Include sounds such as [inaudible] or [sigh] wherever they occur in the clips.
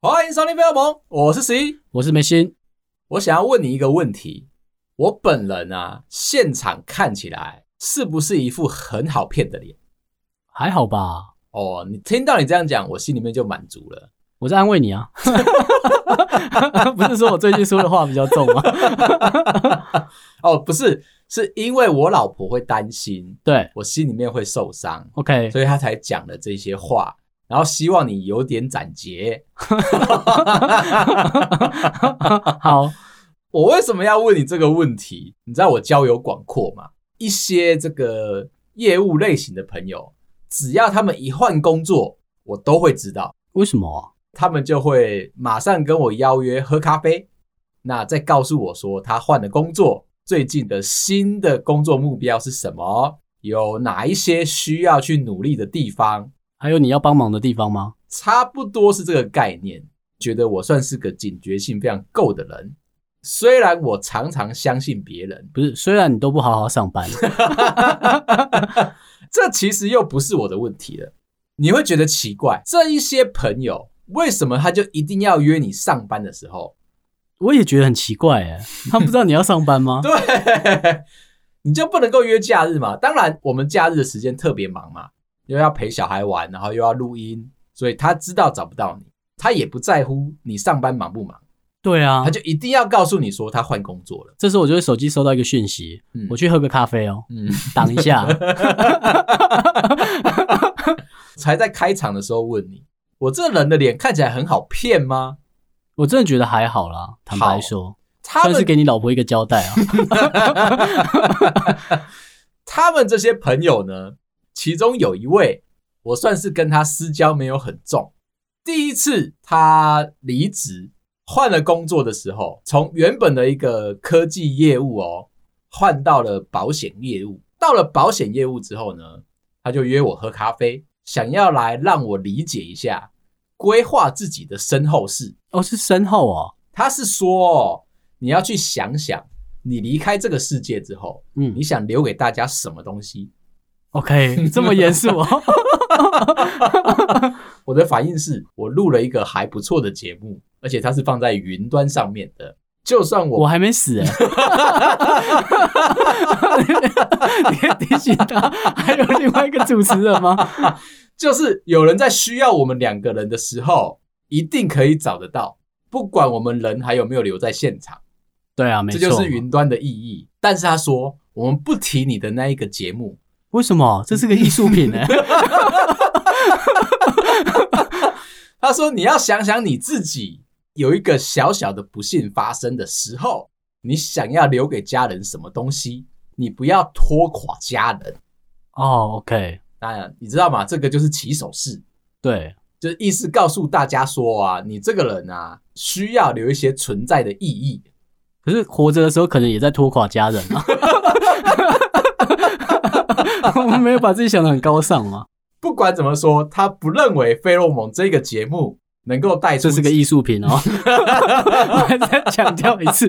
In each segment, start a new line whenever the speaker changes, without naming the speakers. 欢迎收听《飞友盟》，我是十一。
我是梅心，
我想要问你一个问题：我本人啊，现场看起来是不是一副很好骗的脸？
还好吧？
哦，你听到你这样讲，我心里面就满足了。
我在安慰你啊， [laughs] 不是说我最近说的话比较重吗？ [laughs]
哦，不是，是因为我老婆会担心，
对
我心里面会受伤，
，OK，
所以她才讲了这些话。然后希望你有点斩截。
好，
我为什么要问你这个问题？你知道我交友广阔嘛？一些这个业务类型的朋友，只要他们一换工作，我都会知道。
为什么啊、
他们就会马上跟我邀约喝咖啡，那再告诉我说他换了工作，最近的新的工作目标是什么，有哪一些需要去努力的地方，
还有你要帮忙的地方吗？
差不多是这个概念。觉得我算是个警觉性非常够的人，虽然我常常相信别人，
不是，虽然你都不好好上班， [laughs]
[laughs] 这其实又不是我的问题了。你会觉得奇怪，这一些朋友为什么他就一定要约你上班的时候， [laughs]
我也觉得很奇怪哎，他们不知道你要上
[laughs]
班吗？
对，你就不能够约假日嘛？当然，我们假日的时间特别忙嘛，又要陪小孩玩，然后又要录音，所以他知道找不到你，他也不在乎你上班忙不忙，
对啊
他，就一定要告诉你说他换工作了。
这时候我就会手机收到一个讯息，
嗯
我去喝个咖啡哦，
嗯， [laughs]
挡一下。
才在开场的时候问你，我这人的脸看起来很好骗吗？
我真的觉得还好啦，坦白说，
他
算是
们
给你老婆一个交代
[laughs]
啊。
他们这些朋友呢，其中有一位，我算是跟他私交没有很重。第一次他离职换了工作的时候，从原本的一个科技业务哦，换到了保险业务。到了保险业务之后呢，他就约我喝咖啡，想要来让我理解一下规划自己的身后事。
哦，是身后哦，
他是说哦，你要去想想，你离开这个世界之后，
嗯
你想留给大家什么东西？
，OK，这么严肃哦。
我的反应是我录了一个还不错的节目，而且它是放在云端上面的。就算我
我还没死哎、你可以提醒他，还有另外一个主持人吗？
就是有人在需要我们两个人的时候，一定可以找得到，不管我们人还有没有留在现场，
对啊，没
这
错，
就是云端的意义。但是他说我们不提你的那一个节目，
为什么？这是个艺术品
[laughs]
欸呢、
他说你要想想你自己有一个小小的不幸发生的时候，你想要留给家人什么东西，你不要拖垮家人。
哦，OK，
当然，你知道吗？这个就是起手式。
对，
就是意思告诉大家说啊，你这个人啊，需要留一些存在的意义。
可是活着的时候可能也在拖垮家人啊。我们没有把自己想的很高尚吗？
不管怎么说，他不认为《费洛蒙》这个节目能够带出
这是个艺术品哦，我还再强调一次，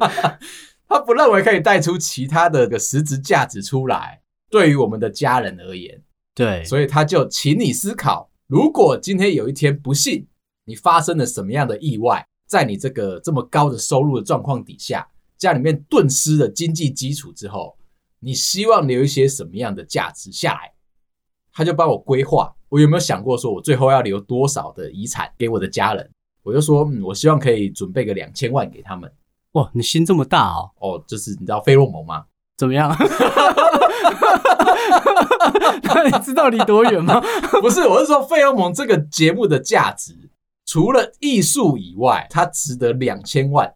他不认为可以带出其他的个实质价值出来，对于我们的家人而言，
对，
所以他就请你思考：如果今天有一天不幸你发生了什么样的意外，在你这个这么高的收入的状况底下，家里面顿失了经济基础之后，你希望留一些什么样的价值下来？他就帮我规划，我有没有想过说我最后要留多少的遗产给我的家人？我就说，嗯，我希望可以准备个两千万给他们。
哇，你心这么大哦，
哦，就是你知道费洛蒙吗？
怎
[laughs]
么样？那你知道离多远吗？
[laughs] 不是，我是说《费欧蒙》这个节目的价值，除了艺术以外，它值得两千万。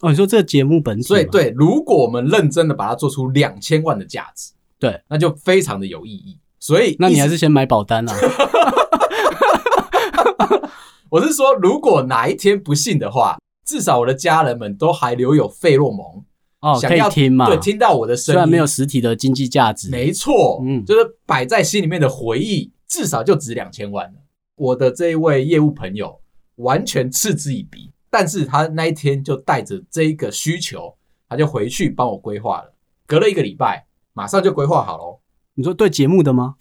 哦，你说这个节目本体吗，
所以，对，如果我们认真的把它做出两千万的价值，
对，
那就非常的有意义。所以意思，
那你还是先买
[laughs]
保单啊。
我是说，如果哪一天不幸的话，至少我的家人们都还留有费洛蒙，
哦，
想
可以
要
听嘛？
对，听到我的声
虽
音，
然没有，实体的经济价值，
没错，嗯，
嗯
就是摆在心里面的回忆，至少就值两千万了。我的这一位业务朋友完全嗤之以鼻，但是他那一天就带着这一个需求，他就回去帮我规划了。隔了一个礼拜，马上就规划好哦喽。
你说对节目的吗？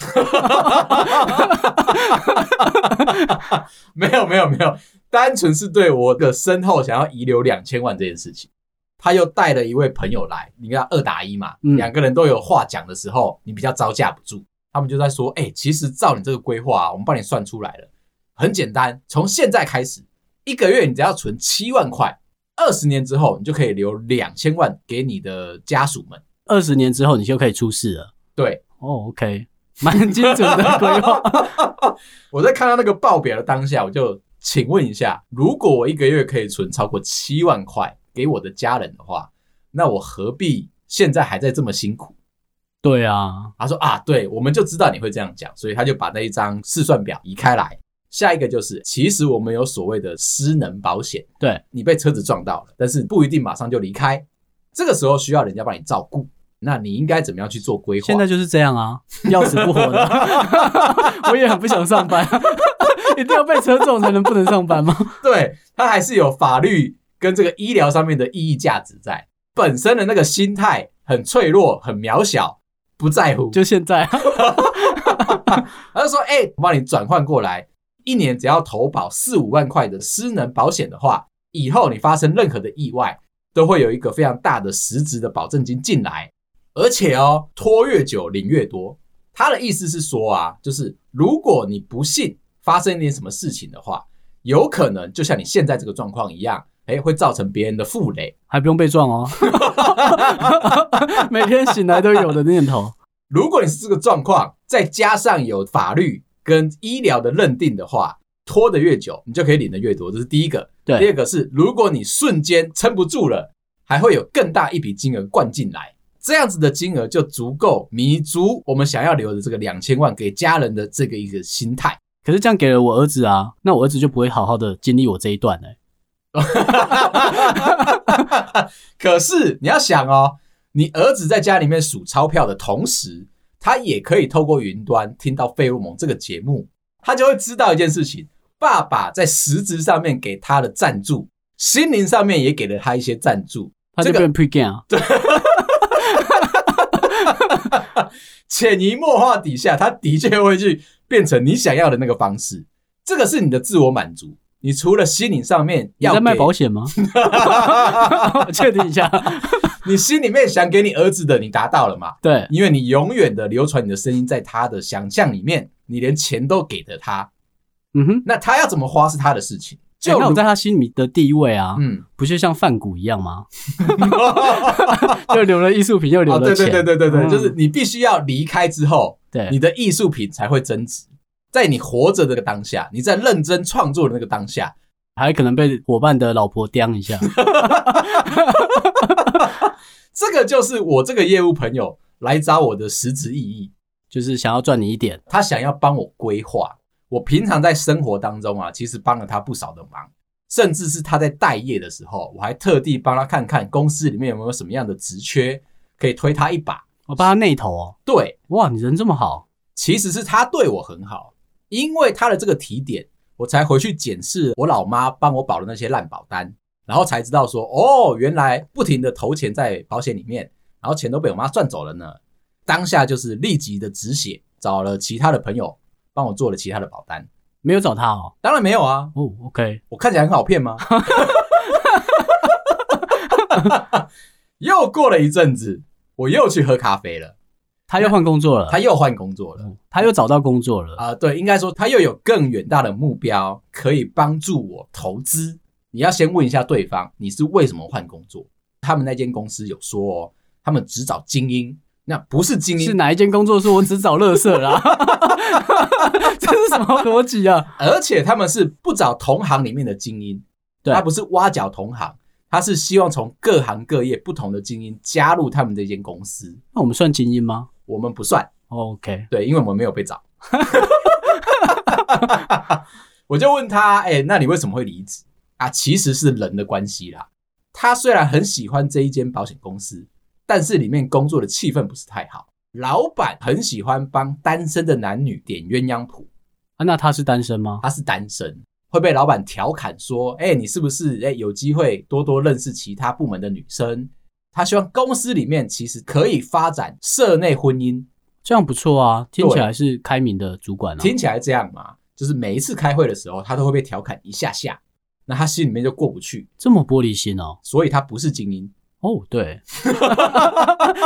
[laughs] 没有没有没有，单纯是对我的身后想要遗留两千万这件事情。他又带了一位朋友来，你跟他二打一嘛，
嗯
两、个人都有话讲的时候，你比较招架不住。他们就在说，哎、其实照你这个规划、啊，我们帮你算出来了，很简单，从现在开始，一个月你只要存七万块，二十年之后你就可以留两千万给你的家属们。
二十年之后你就可以出事了。
对，
哦，OK，蛮精准的规划。 [laughs]
我在看到那个报表的当下，我就请问一下，如果我一个月可以存超过七万块给我的家人的话，那我何必现在还在这么辛苦？
对啊，
他说啊，对，我们就知道你会这样讲，所以他就把那一张试算表移开来。下一个就是，其实我们有所谓的失能保险，
对
你被车子撞到了，但是不一定马上就离开，这个时候需要人家帮你照顾，那你应该怎么样去做规划？
现在就是这样啊，要死不活的。 [laughs] 我也很不想上班， [laughs] 一定要被车撞才能不能上班吗？
[laughs] 对，它还是有法律跟这个医疗上面的意义价值在。本身的那个心态很脆弱、很渺小，不在乎。
就现在啊，
他就说：“哎、我帮你转换过来，一年只要投保四五万块的失能保险的话，以后你发生任何的意外，都会有一个非常大的实质的保证金进来。而且哦，拖越久领越多。”他的意思是说啊，就是如果你不幸发生一点什么事情的话，有可能就像你现在这个状况一样，哎、会造成别人的负累。
还不用被撞哦。 [laughs] 每天醒来都有的念头。
如果你是这个状况，再加上有法律跟医疗的认定的话，拖得越久，你就可以领得越多。这是第一个。
对
第二个是，如果你瞬间撑不住了，还会有更大一笔金额灌进来。这样子的金额就足够弥足我们想要留的这个两千万给家人的这个一个心态。
可是这样给了我儿子啊，那我儿子就不会好好的经历我这一段哎、
[laughs] 可是你要想哦，你儿子在家里面数钞票的同时，他也可以透过云端听到《费洛蒙》这个节目，他就会知道一件事情：爸爸在实质上面给他的赞助，心灵上面也给了他一些赞助，
他就
这个
变 pre game 啊。
潜移默化底下，他的确会去变成你想要的那个方式。这个是你的自我满足。你除了心灵上面
你
要
在卖
给
保
[laughs]
险吗？我确定一下。
你心里面想给你儿子的，你达到了嘛？
对，
因为你永远的流传你的声音在他的想象里面，你连钱都给了他，
嗯哼，
那他要怎么花是他的事情。
就
就
哎那
如、
我在他心里的地位啊，
嗯，
不就像范谷一
[laughs]
样吗？又留了艺术品，又留
哦，
了
对
钱。
对对对对对，
嗯
就是你必须要离开之后，
对
你的艺术品才会增值。在你活着的那个当下，你在认真创作的那个当下，
还可能被伙伴的老婆刁一
[laughs]
下。
这个就是我这个业务朋友来找我的实质意义。
就是想要赚你一点，
他想要帮我规划。我平常在生活当中啊，其实帮了他不少的忙，甚至是他在待业的时候，我还特地帮他看看公司里面有没有什么样的职缺可以推他一把。
我帮他内投哦。
对，
哇，你人这么好，
其实是他对我很好，因为他的这个提点，我才回去检视我老妈帮我保的那些烂保单，然后才知道说，哦，原来不停的投钱在保险里面，然后钱都被我妈赚走了呢。当下就是立即的止血，找了其他的朋友帮我做了其他的保单。
没有找他哦。
当然没有啊，
哦，OK，
我看起来很好骗吗？ [laughs] 又过了一阵子，我又去喝咖啡了，
他又换工作了，
他又换工作了
嗯他又找到工作了。
啊、对，应该说他又有更远大的目标，可以帮助我投资。你要先问一下对方，你是为什么换工作？他们那间公司有说哦，他们只找精英，那不是精
是
英，
哪一间工作说我只找乐色啦？ [laughs] 这是什么逻辑啊？
而且他们是不找同行里面的精英，
对
他不是挖角同行，他是希望从各行各业不同的精英加入他们这间公司。
那我们算精英吗哦
我们不算，
？OK，
对，因为我们没有被找。 [laughs] 我就问他，哎、那你为什么会离职啊？其实是人的关系啦。他虽然很喜欢这一间保险公司，但是里面工作的气氛不是太好。老板很喜欢帮单身的男女点鸳鸯谱，
啊，那他是单身吗？
他是单身，会被老板调侃说：“哎、你是不是哎、有机会多多认识其他部门的女生？”他希望公司里面其实可以发展社内婚姻，
这样不错啊，听起来是开明的主管啊。
听起来这样嘛，就是每一次开会的时候，他都会被调侃一下下，那他心里面就过不去，
这么玻璃心哦。
所以他不是精英。
哦，对，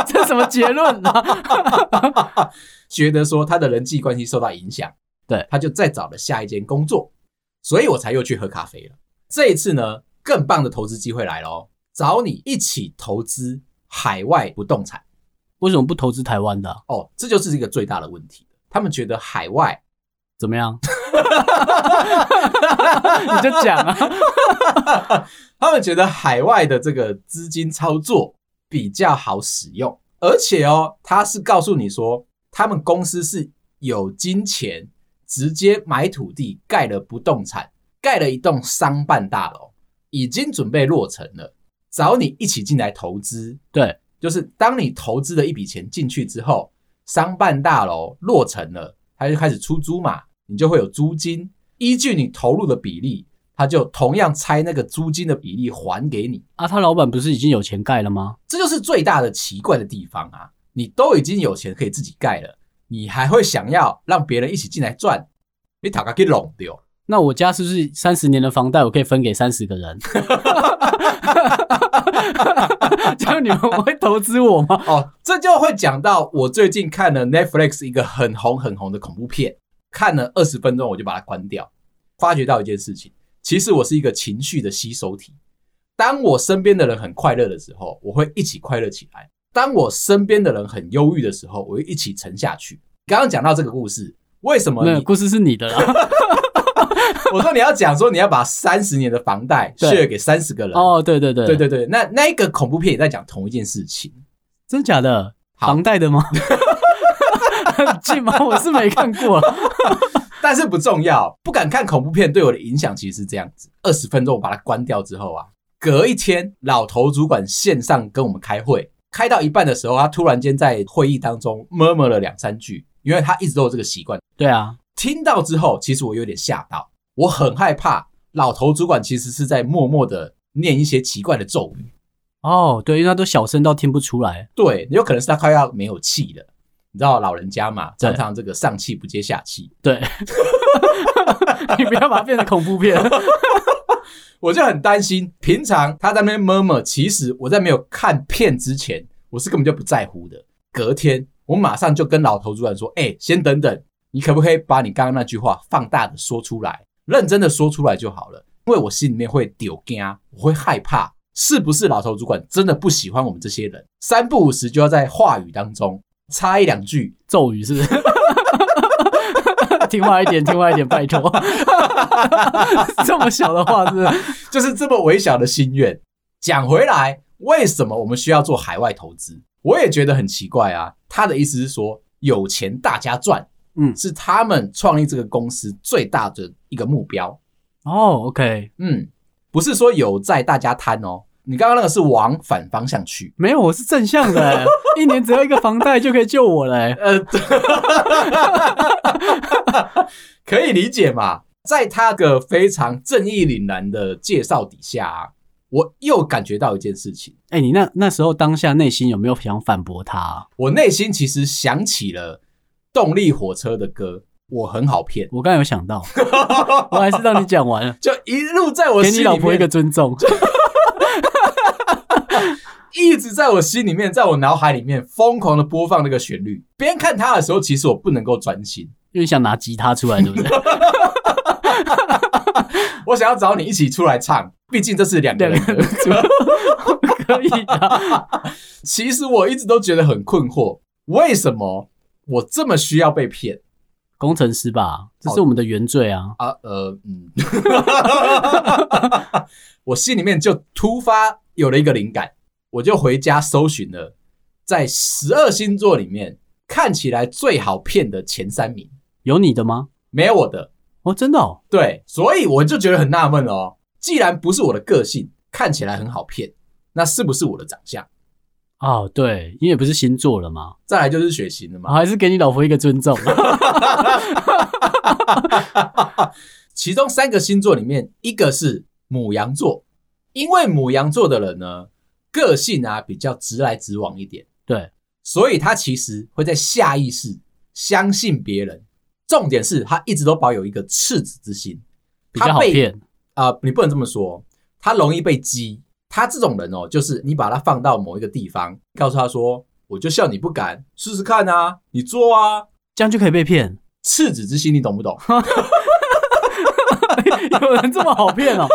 这什么结论啊？
[laughs] 觉得说他的人际关系受到影响，
对，
他就再找了下一间工作，所以我才又去喝咖啡了。这一次呢，更棒的投资机会来喽，找你一起投资海外不动产。
为什么不投资台湾的啊、
哦，这就是一个最大的问题。他们觉得海外
怎么样？ [laughs] 你就讲啊。
他们觉得海外的这个资金操作比较好使用，而且哦，他是告诉你说，他们公司是有金钱直接买土地，盖了不动产，盖了一栋商办大楼，已经准备落成了，找你一起进来投资。
对，
就是当你投资了一笔钱进去之后，商办大楼落成了，它就开始出租嘛，你就会有租金，依据你投入的比例，它就同样拆那个租金的比例还给你。
啊，他老板不是已经有钱盖了吗？
这就是最大的奇怪的地方啊！你都已经有钱可以自己盖了，你还会想要让别人一起进来赚，你塔卡给拢掉。
那我家是不是三十年的房贷，我可以分给三十个人？ [laughs] 这样你们会投资我吗？
哦，这就会讲到我最近看了 Netflix 一个很红很红的恐怖片，看了二十分钟我就把它关掉，发觉到一件事情，其实我是一个情绪的吸收体。当我身边的人很快乐的时候，我会一起快乐起来；当我身边的人很忧郁的时候，我会一起沉下去。刚刚讲到这个故事，为什么
没
你
有，故事是你的啦。
[laughs] 我说你要讲说你要把三十年的房贷
对
share 给三十个人？
哦，对对对，
对，对对，那那一个恐怖片也在讲同一件事情。
真假的？
好
房贷的吗？很近吗？我是没看过。
但是不重要，不敢看恐怖片对我的影响其实是这样子：二十分钟我把它关掉之后啊，隔一天老头主管线上跟我们开会，开到一半的时候，他突然间在会议当中 murmur 了两三句，因为他一直都有这个习惯。
对啊，
听到之后，其实我有点吓到，我很害怕老头主管其实是在默默的念一些奇怪的咒语。
哦，对，因为他都小声到听不出来。
对，有可能是他快要没有气了。你知道老人家嘛，
对
常常这个上气不接下气，
对，你不要把它变成恐怖片。
我就很担心。平常他在那边 murmur，其实我在没有看片之前，我是根本就不在乎的。隔天，我马上就跟老头主管说：“哎、先等等，你可不可以把你刚刚那句话放大的说出来，认真的说出来就好了？因为我心里面会丢惊，啊我会害怕，是不是老头主管真的不喜欢我们这些人？三不五时就要在话语当中插一两句，
咒语是不是？ [laughs] 听话一点，听话一点，拜托。 [laughs] 这么小的话是不是
就是这么微小的心愿。讲回来，为什么我们需要做海外投资？我也觉得很奇怪啊。他的意思是说，有钱大家赚，
嗯
是他们创立这个公司最大的一个目标。
哦，OK，
嗯，不是说有债大家摊哦。你刚刚那个是往反方向去，
没有，我是正向的欸，一年只要一个房贷就可以救我了欸。
呃，可以理解嘛。在他的非常正义凛然的介绍底下、啊，我又感觉到一件事情。
哎、你那那时候当下内心有没有想反驳他啊、
我内心其实想起了动力火车的歌，我很好骗，
我刚才有想到，我还是让你讲完了，
就一路在我
给
心里
你
面，
老婆一个尊重。
一直在我心里面，在我脑海里面疯狂的播放那个旋律。边看它的时候，其实我不能够专心，
[laughs] 因为想拿吉他出来，对
[laughs]
不对？
我想要找你一起出来唱，毕竟这是两个人
两个
的。
可以啊，
[laughs] 其实我一直都觉得很困惑，为什么我这么需要被骗
工程师吧，这是我们的原罪啊。
啊？呃，嗯， [laughs] 我心里面就突发有了一个灵感，我就回家搜寻了，在十二星座里面看起来最好骗的前三名，
有你的吗？
没有我的。
哦，真的哦，
对，所以我就觉得很纳闷哦，既然不是我的个性，看起来很好骗，那是不是我的长相？
哦，对，因为不是星座了嘛，
再来就是血
啊
型了
我
嘛。
还是给你老婆一个尊重。
其中三个星座里面，一个是母羊座，因为母羊座的人呢，个性啊比较直来直往一点，
[laughs] 对，
所以他其实会在下意识相信别人。重点是他一直都保有一个赤子之心，
比较
他
好
被
骗。
啊、你不能这么说，他容易被激。他这种人哦，就是你把他放到某一个地方，告诉他说：“我就笑你不敢，试试看啊，你做啊。
这样就可以被骗？” [laughs]
赤子之心，你懂不懂？
有人这么好骗哦？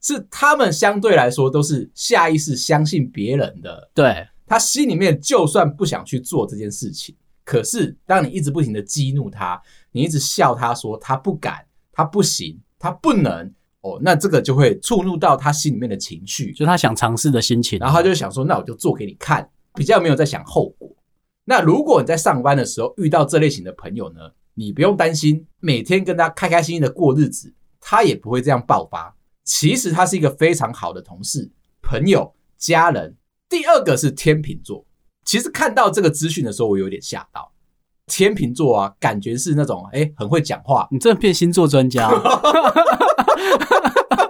是他们相对来说都是下意识相信别人的，
对，
他心里面就算不想去做这件事情，可是当你一直不停的激怒他，你一直笑他说他不敢，他不行，他不能哦，那这个就会触怒到他心里面的情绪，
就他想尝试的心情。啊
然后他就想说，那我就做给你看，比较没有在想后果。那如果你在上班的时候遇到这类型的朋友呢，你不用担心，每天跟他开开心心的过日子，他也不会这样爆发。其实他是一个非常好的同事、朋友、家人。第二个是天秤座，其实看到这个资讯的时候，我有点吓到。天秤座啊，感觉是那种哎很会讲话，
你真的变星座专家、哦？ [laughs]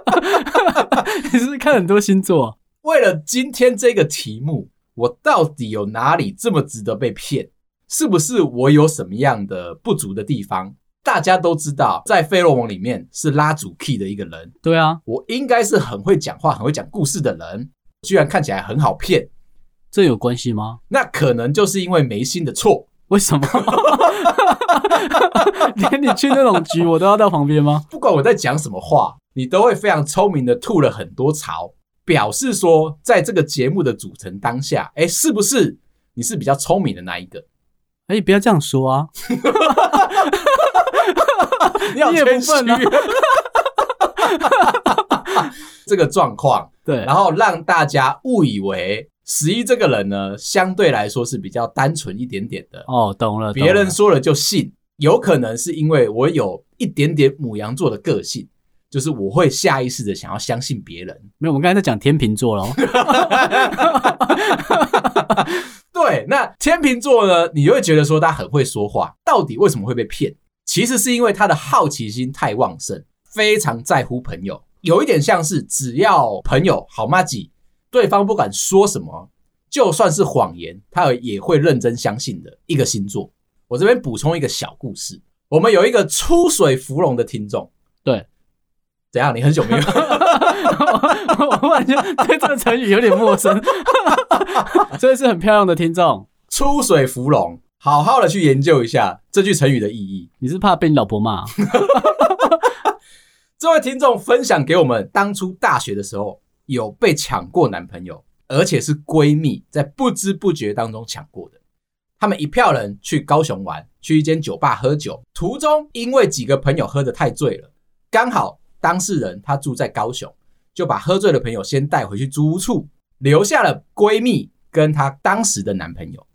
你是不是看很多星座？啊
为了今天这个题目，我到底有哪里这么值得被骗？是不是我有什么样的不足的地方？大家都知道，在费洛蒙里面是拉主 key 的一个人，
对啊，
我应该是很会讲话、很会讲故事的人，居然看起来很好骗，
这有关系吗？
那可能就是因为眉心的错。
为什么？ [laughs] 连你去那种局，我都要到旁边吗？
不管我在讲什么话，你都会非常聪明的吐了很多槽，表示说在这个节目的组成当下，哎，是不是你是比较聪明的那一个？
哎、不要这样说啊！
[laughs] 你好
你也
谦
不
虚
笨啊。
[laughs] 这个状况，
对，
然后让大家误以为十一这个人呢，相对来说是比较单纯一点点的，
哦，懂了，
别
懂
人
了
说了就信。有可能是因为我有一点点母羊座的个性，就是我会下意识的想要相信别人。
没有，我们刚才在讲天秤座了。
对，那天秤座呢，你就会觉得说他很会说话，到底为什么会被骗？其实是因为他的好奇心太旺盛，非常在乎朋友，有一点像是只要朋友好妈几，对方不管说什么，就算是谎言，他也会认真相信的一个星座。我这边补充一个小故事，我们有一个出水芙蓉的听众，
对，
怎样？你很久没有？
[laughs]
[laughs]
我忽然间对这个成语有点陌生， [laughs] 所以是很漂亮的听众。
出水芙蓉，好好的去研究一下这句成语的意义。
你是怕被你老婆骂？
这位听众分享给我们，当初大学的时候有被抢过男朋友，而且是闺蜜在不知不觉当中抢过的。他们一票人去高雄玩，去一间酒吧喝酒，途中因为几个朋友喝得太醉了，刚好当事人他住在高雄，就把喝醉的朋友先带回去租屋处，留下了闺蜜跟她当时的男朋友。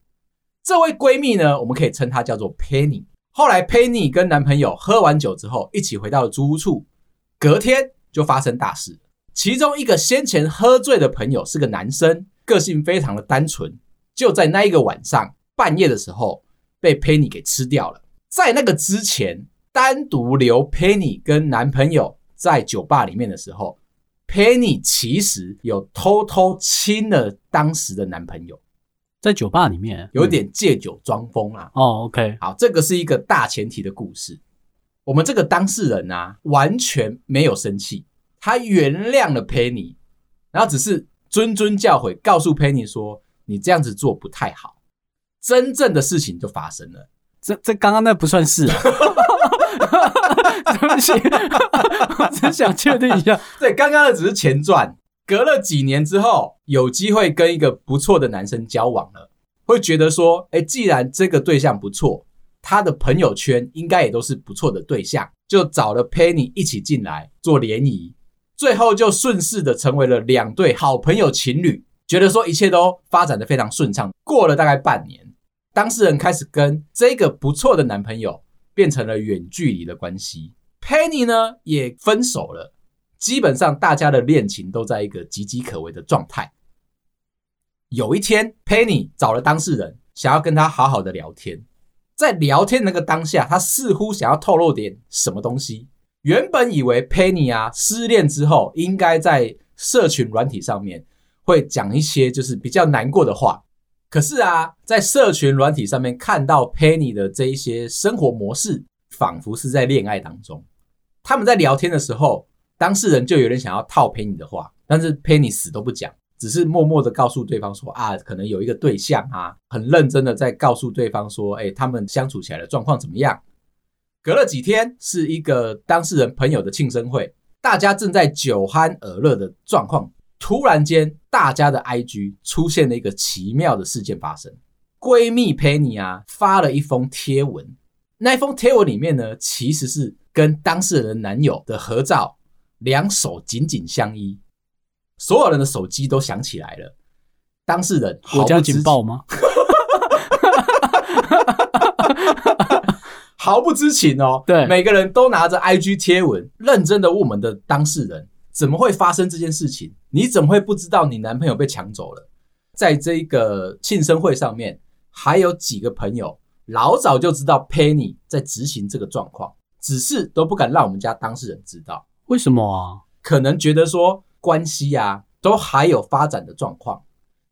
这位闺蜜呢，我们可以称她叫做 Penny。后来 Penny 跟男朋友喝完酒之后，一起回到了租屋处，隔天就发生大事。其中一个先前喝醉的朋友是个男生，个性非常的单纯，就在那一个晚上半夜的时候被 Penny 给吃掉了。在那个之前，单独留 Penny 跟男朋友在酒吧里面的时候，Penny 其实有偷偷亲了当时的男朋友，
在酒吧里面
有点借酒装疯啊啦、
哦，OK，
好，这个是一个大前提的故事。我们这个当事人啊，完全没有生气，他原谅了 Penny，然后只是谆谆教诲，告诉 Penny 说：“你这样子做不太好。”真正的事情就发生了。
这这刚刚那不算是、啊。 [laughs] 对不起， [laughs] 我只想确定一下。
对，刚刚的只是前传。隔了几年之后，有机会跟一个不错的男生交往了，会觉得说，哎，既然这个对象不错，他的朋友圈应该也都是不错的对象，就找了 Penny 一起进来做联谊，最后就顺势的成为了两对好朋友情侣，觉得说一切都发展的非常顺畅。过了大概半年，当事人开始跟这个不错的男朋友变成了远距离的关系，Penny 呢也分手了。基本上大家的恋情都在一个岌岌可危的状态。有一天，Penny 找了当事人，想要跟他好好的聊天。在聊天那个当下，他似乎想要透露点什么东西。原本以为 Penny 啊失恋之后，应该在社群软体上面会讲一些就是比较难过的话，可是啊，在社群软体上面看到 Penny 的这一些生活模式，仿佛是在恋爱当中。他们在聊天的时候，当事人就有点想要套 Penny 的话，但是 Penny 死都不讲，只是默默的告诉对方说啊，可能有一个对象啊，很认真的在告诉对方说，哎、他们相处起来的状况怎么样？隔了几天，是一个当事人朋友的庆生会，大家正在酒酣耳热的状况，突然间，大家的 IG 出现了一个奇妙的事件发生。闺蜜 Penny 啊发了一封贴文，那一封贴文里面呢，其实是跟当事人的男友的合照，两手紧紧相依，所有人的手机都响起来了。当事人毫
我
不
家
知
警报吗？
毫不知情哦。
对
每个人都拿着 IG 贴文，认真的问我们的当事人，怎么会发生这件事情？你怎么会不知道你男朋友被抢走了？在这一个庆生会上面，还有几个朋友老早就知道 Penny 在执行这个状况，只是都不敢让我们家当事人知道，
为什么啊？
可能觉得说关系啊都还有发展的状况。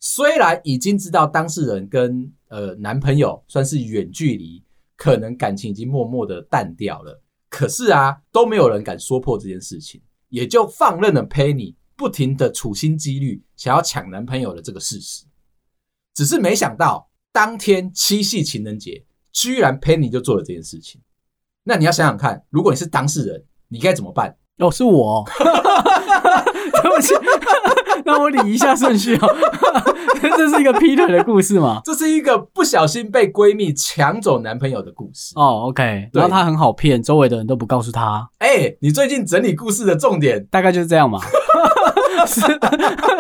虽然已经知道当事人跟呃男朋友算是远距离，可能感情已经默默的淡掉了，可是啊都没有人敢说破这件事情，也就放任了 Penny 不停的处心积虑想要抢男朋友的这个事实。只是没想到当天七夕情人节，居然 Penny 就做了这件事情。那你要想想看，如果你是当事人，你该怎么办？
哦，是我哦，对不起， [laughs] 让我理一下顺序哦。 [laughs] 这是一个劈腿的故事嘛？
这是一个不小心被闺蜜抢走男朋友的故事。
哦，OK，
对
然后他很好骗，周围的人都不告诉他，
哎、你最近整理故事的重点，
大概就是这样嘛。是 [laughs]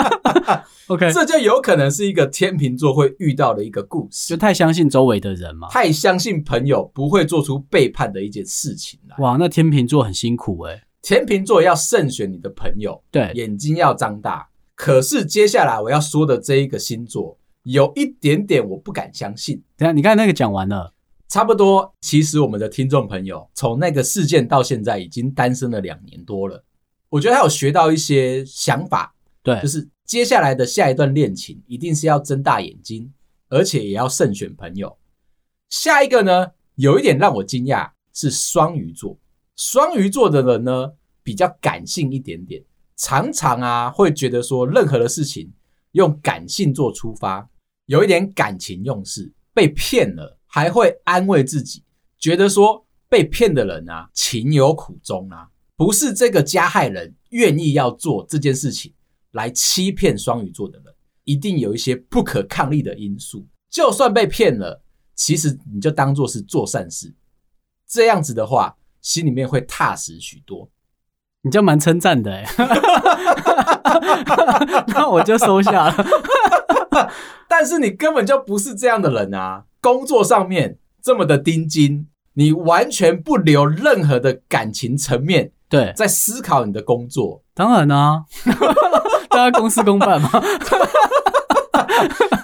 OK，
这就有可能是一个天秤座会遇到的一个故
就
事。
太相信周围的人嘛。
太相信朋友不会做出背叛的一件事情来。
哇，那天秤座很辛苦哎、
天秤座要慎选你的朋友，
对，
眼睛要张大。可是接下来我要说的这一个星座，有一点点我不敢相信。
等一下你看那个讲完了，
差不多，其实我们的听众朋友从那个事件到现在已经单身了两年多了，我觉得他有学到一些想法，
对
就，是接下来的下一段恋情一定是要睁大眼睛，而且也要慎选朋友。下一个呢，有一点让我惊讶是双鱼座，双鱼座的人呢比较感性一点点，常常啊会觉得说任何的事情用感性做出发，有一点感情用事，被骗了还会安慰自己，觉得说被骗的人啊情有苦衷啊，不是这个加害人愿意要做这件事情来欺骗双鱼座的人，一定有一些不可抗力的因素。就算被骗了，其实你就当做是做善事，这样子的话，心里面会踏实许多。
你这样蛮称赞的哎、 [laughs] 那我就收下了。
但是你根本就不是这样的人啊！工作上面这么的钉钉，你完全不留任何的感情层面
对，
在思考你的工作，
当然啦、 [laughs] 大家公事公办嘛。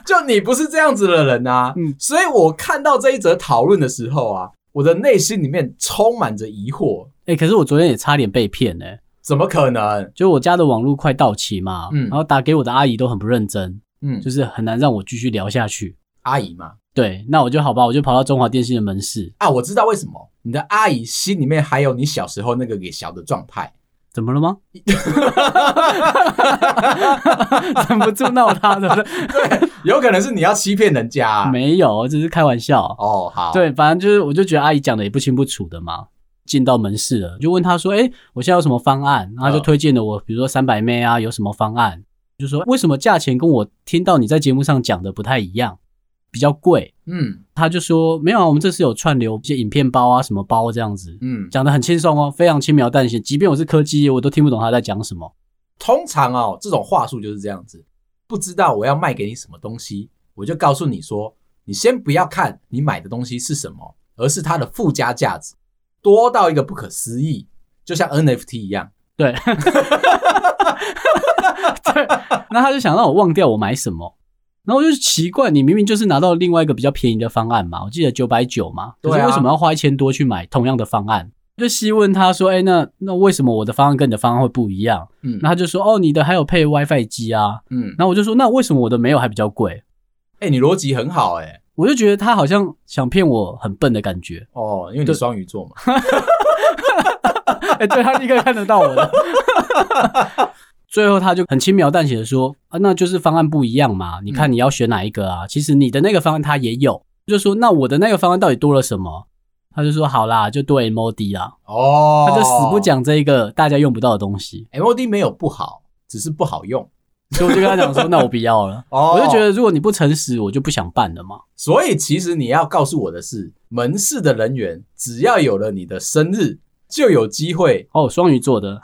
就你不是这样子的人啊！
嗯
所以我看到这一则讨论的时候啊，我的内心里面充满着疑惑：
哎、可是我昨天也差点被骗哎、
怎么可能？
就我家的网络快到期嘛，
嗯
然后打给我的阿姨都很不认真，
嗯，
就是很难让我继续聊下去。
阿姨嘛，
对，那我就好吧，我就跑到中华电信的门市，
啊，我知道为什么你的阿姨心里面还有你小时候那个给小的状态。
怎么
[laughs]
了吗？ [laughs] 忍不住闹他的，
对，有可能是你要欺骗人家、啊。
没有，只是开玩笑。
哦，好，，
对，反正就是，我就觉得阿姨讲的也不清不楚的嘛。进到门市了，就问她说：“哎、我现在有什么方案？”然后她就
嗯
推荐了我，比如说三百妹啊，有什么方案？就说为什么价钱跟我听到你在节目上讲的不太一样，比较贵。
嗯
她就说：“没有啊，我们这次有串流一些影片包啊，什么包这样子，
嗯，
讲的很轻松哦，非常轻描淡写。即便我是科技业，我都听不懂她在讲什么。
通常哦，这种话术就是这样子，不知道我要卖给你什么东西，我就告诉你说，你先不要看你买的东西是什么，而是它的附加价值多到一个不可思议，就像 NFT 一样。
对， [laughs] 对，那他就想让我忘掉我买什么，然后我就奇怪，你明明就是拿到另外一个比较便宜的方案嘛，我记得九百九嘛，可
对
是
啊
为什么要花一千多去买同样的方案？就细问他说：“哎、那那为什么我的方案跟你的方案会不一样？”
嗯
那他就说：“哦，你的还有配 WiFi 机啊。
嗯”，
然后我就说：“那为什么我的没有还比较贵
哎、你逻辑很好哎、？”
我就觉得他好像想骗我很笨的感觉。
哦，因为你
对
双鱼座嘛，
[laughs] 哎、对他立刻看得到我
[laughs]
的。最后他就很轻描淡写的说：“啊，那就是方案不一样嘛，你
嗯
看你要选哪一个啊？其实你的那个方案他也有。”就说：“那我的那个方案到底多了什么？”他就说：“好啦，就多 MOD 啦。”
哦，
他就死不。讲这一个大家用不到的东西，
MOD 没有不好，只是不好用。
所以我就跟他讲说，那我不要了。
[laughs] 哦
我就觉得，如果你不诚实，我就不想办了嘛。
所以其实你要告诉我的是，门市的人员只要有了你的生日，就有机会。
哦，双鱼
[laughs]
座的，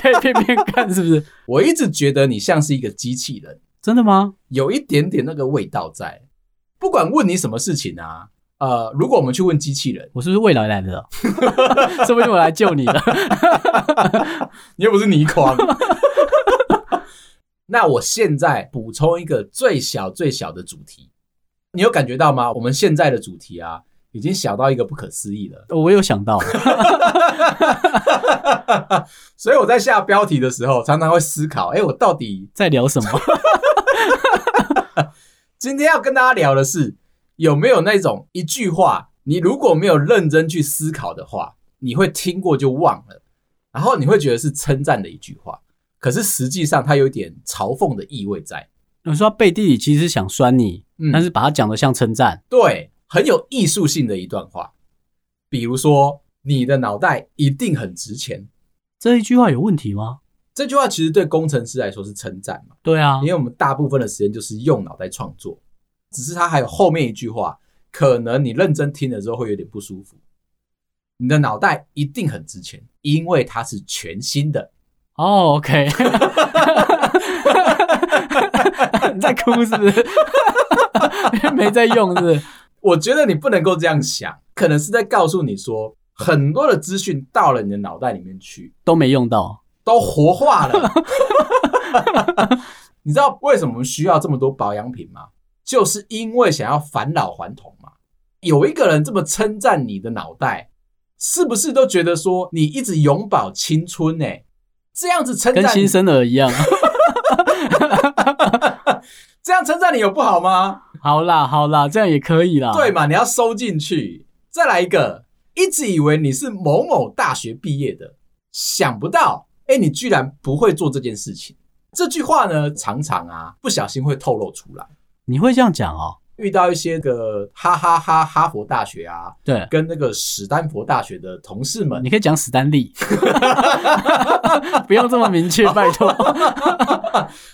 可以骗骗看是不是？
我一直觉得你像是一个机器人，
真的吗？
有一点点那个味道在。不管问你什么事情啊，呃，如果我们去问机器人，
我是不是未来来的？啊 [laughs] 说不定我来救你的。
你又不是倪匡。 [laughs] 那我现在补充一个最小最小的主题，你有感觉到吗？我们现在的主题啊，已经小到一个不可思议了。
我有想到， [laughs]
[laughs] 所以我在下标题的时候，常常会思考：哎、我到底
在聊什么？
今天要跟大家聊的是，有没有那种一句话，你如果没有认真去思考的话，你会听过就忘了，然后你会觉得是称赞的一句话，可是实际上它有一点嘲讽的意味在。
我说他背地里其实想酸你，
嗯
但是把他讲的像称赞。
对，很有艺术性的一段话。比如说，你的脑袋一定很值钱，
这一句话有问题吗？
这句话其实对工程师来说是称赞嘛，
对啊
因，为我们大部分的时间就是用脑袋创作，只是它还有后面一句话，可能你认真听了之后会有点不舒服。你的脑袋一定很值钱，因为它是全新的。
哦、o k [laughs] 你在哭是不是？ [laughs] 没在用是不是？
我觉得你不能够这样想，可能是在告诉你说，很多的资讯到了你的脑袋里面去，
都没用到。
都活化了。 [laughs] 你知道为什么我们需要这么多保养品吗？就是因为想要返老还童嘛。有一个人这么称赞你的脑袋，是不是都觉得说你一直永葆青春呢、这样子称
跟
赞你
新，生儿一样。
这样称赞你有不好吗？
好啦好啦，这样也可以啦。
对，嘛，你要收进去。再来一个，一直以为你是某某大学毕业的，想不到，哎、你居然不会做这件事情。这句话呢，常常啊，不小心会透露出来。
你会这样讲哦、
遇到一些个哈哈哈哈佛大学啊，
对，
跟那个史丹佛大学的同事们
你，可以讲史丹利， [laughs] 不用这么明确，拜托。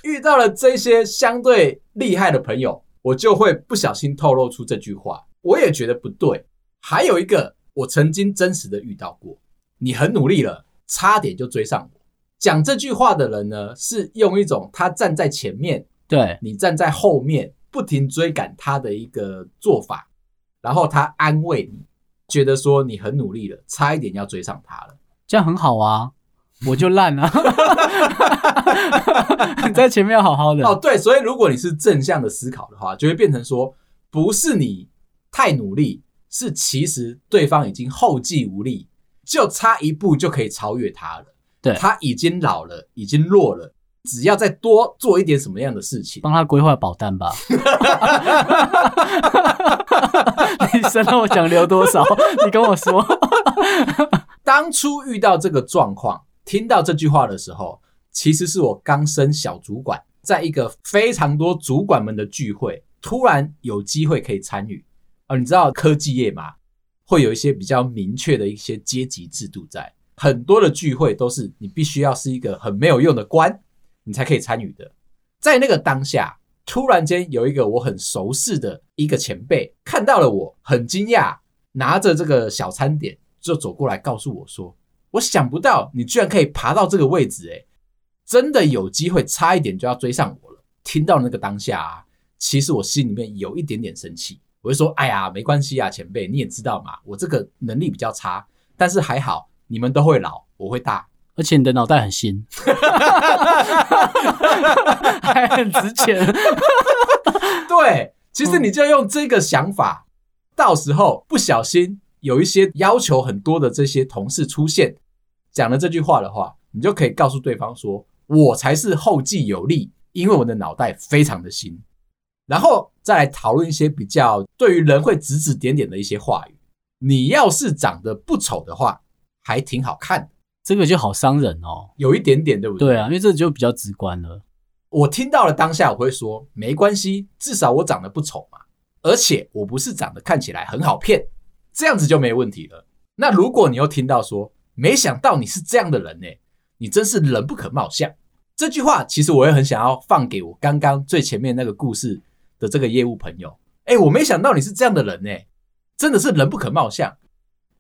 遇到了这些相对厉害的朋友，我就会不小心透露出这句话，我也觉得不对。还有一个，我曾经真实的遇到过，你很努力了，差点就追上我。讲这句话的人呢，是用一种他站在前面，
对，
你站在后面，不停追赶他的一个做法，然后他安慰你，觉得说你很努力了，差一点要追上他了。
这样很好
[laughs]
啊，我就烂啊。你在前面要好好的
哦，对，所以如果你是正向的思考的话，就会变成说，不是你太努力，是其实对方已经后继无力，就差一步就可以超越他了。
对
他已经老了，已经弱了，只要再多做一点什么样的事情，
帮他规划保单吧。你生让我想留多少？你跟我说。
当初遇到这个状况，听到这句话的时候，其实是我刚升小主管，在一个非常多主管们的聚会，突然有机会可以参与。啊、你知道科技业嘛，会有一些比较明确的一些阶级制度在，很多的聚会都是你必须要是一个很没有用的官，你才可以参与的。在那个当下，突然间有一个我很熟识的一个前辈看到了我，很惊讶，拿着这个小餐点就走过来告诉我说：“我想不到你居然可以爬到这个位置、欸，真的有机会，差一点就要追上我了。”听到那个当下、啊，其实我心里面有一点点生气，我就说：“哎呀，没关系啊，前辈，你也知道嘛，我这个能力比较差，但是还好，你们都会老，我会大。”
而且你的脑袋很新，还很值钱。
[laughs] 对，其实你就用这个想法，到时候不小心有一些要求很多的这些同事出现，讲了这句话的话，你就可以告诉对方说，我才是后继有力，因为我的脑袋非常的新。然后再来讨论一些比较对于人会指指点点的一些话语。你要是长得不丑的话，还挺好看的，
这个就好伤人哦。
有一点点，对不对？
对啊，因为这就比较直观了。
我听到了当下，我会说没关系，至少我长得不丑嘛，而且我不是长得看起来很好骗，这样子就没问题了。那如果你又听到说没想到你是这样的人呢、你真是人不可貌相这句话，其实我也很想要放给我刚刚最前面那个故事的这个业务朋友。哎，我没想到你是这样的人呢、真的是人不可貌相。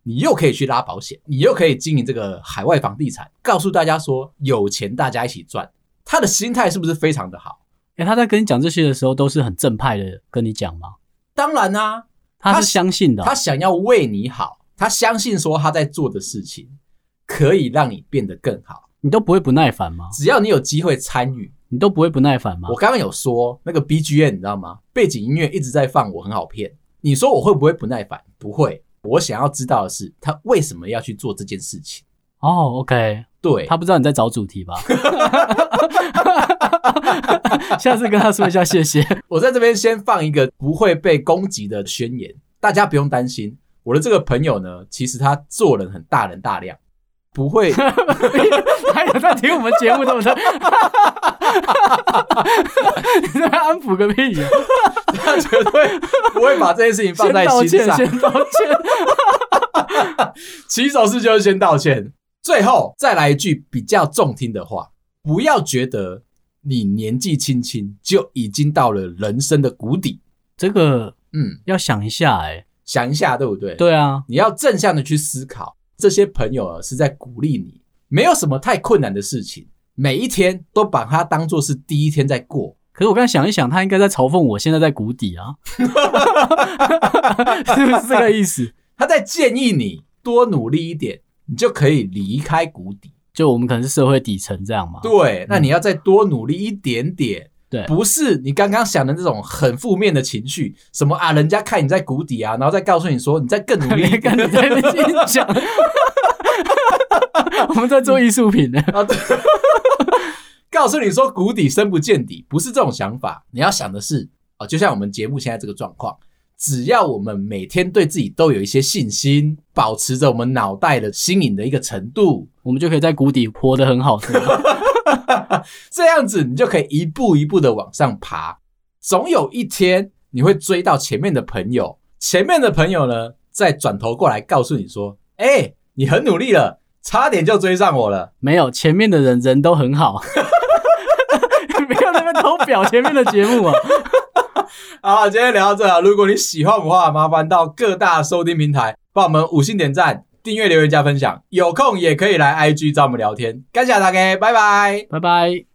你又可以去拉保险，你又可以经营这个海外房地产，告诉大家说有钱大家一起赚，他的心态是不是非常的好？
诶，他在跟你讲这些的时候，都是很正派的跟你讲吗？
当然啦、
他
他
是相信的哦、
他想要为你好，他相信说他在做的事情可以让你变得更好。
你都不会不耐烦吗？
只要你有机会参与，
你都不会不耐烦吗
我？刚刚有说那个 BGM，你知道吗？背景音乐一直在放，我很好骗。你说我会不会不耐烦？不会。我想要知道的是，他为什么要去做这件事情？
哦，OK，
对，
他不知道你在找主题吧？ [laughs] 下次跟他说一下谢谢。
我在这边先放一个不会被攻击的宣言，大家不用担心。我的这个朋友呢，其实他做人很大人大量，不会
还有在听我们节目对不对？你在安抚个屁呀！
他绝对不会把这件事情 [laughs] 放
先
在
道
心
歉，
上。
先道歉。
起手式就是先道歉，最后再来一句比较中听的话：不要觉得你年纪轻轻就已经到了人生的谷底。
这个
嗯，
要想一下哎、
想一下，对不对？，
对啊，
你要正向的去思考，这些朋友啊是在鼓励你，没有什么太困难的事情，每一天都把它当做是第一天在过。
可是我刚才想一想，他应该在嘲讽我现在在谷底啊， [laughs] 是不是这个意思？
他在建议你多努力一点，你就可以离开谷底。
就我们可能是社会底层这样嘛？
对，那你要再多努力一点点。
对
不是你刚刚想的那种很负面的情绪，什么啊，人家看你在谷底啊，然后再告诉你说你再更努力一
[laughs] 别
点
跟你在那边讲，我们在做艺术品呢。
[laughs] 啊，对，告诉你说谷底深不见底，不是这种想法。你要想的是啊，就像我们节目现在这个状况，只要我们每天对自己都有一些信心，保持着我们脑袋的新颖的一个程度，
我们就可以在谷底活得很好，是吗？ [laughs]
[laughs] 这样子你就可以一步一步的往上爬。总有一天你会追到前面的朋友，前面的朋友呢，再转头过来告诉你说：“哎、你很努力了，差点就追上我了。
没有，前面的人人都很好。 [laughs] 不要在那边偷表前面的节目啊！”
好，今天聊到这啊。如果你喜欢我们的话，麻烦到各大收听平台帮我们五星点赞、订阅、留言、加分享。有空也可以来 IG 找我们聊天。感谢大家，拜拜。
拜拜。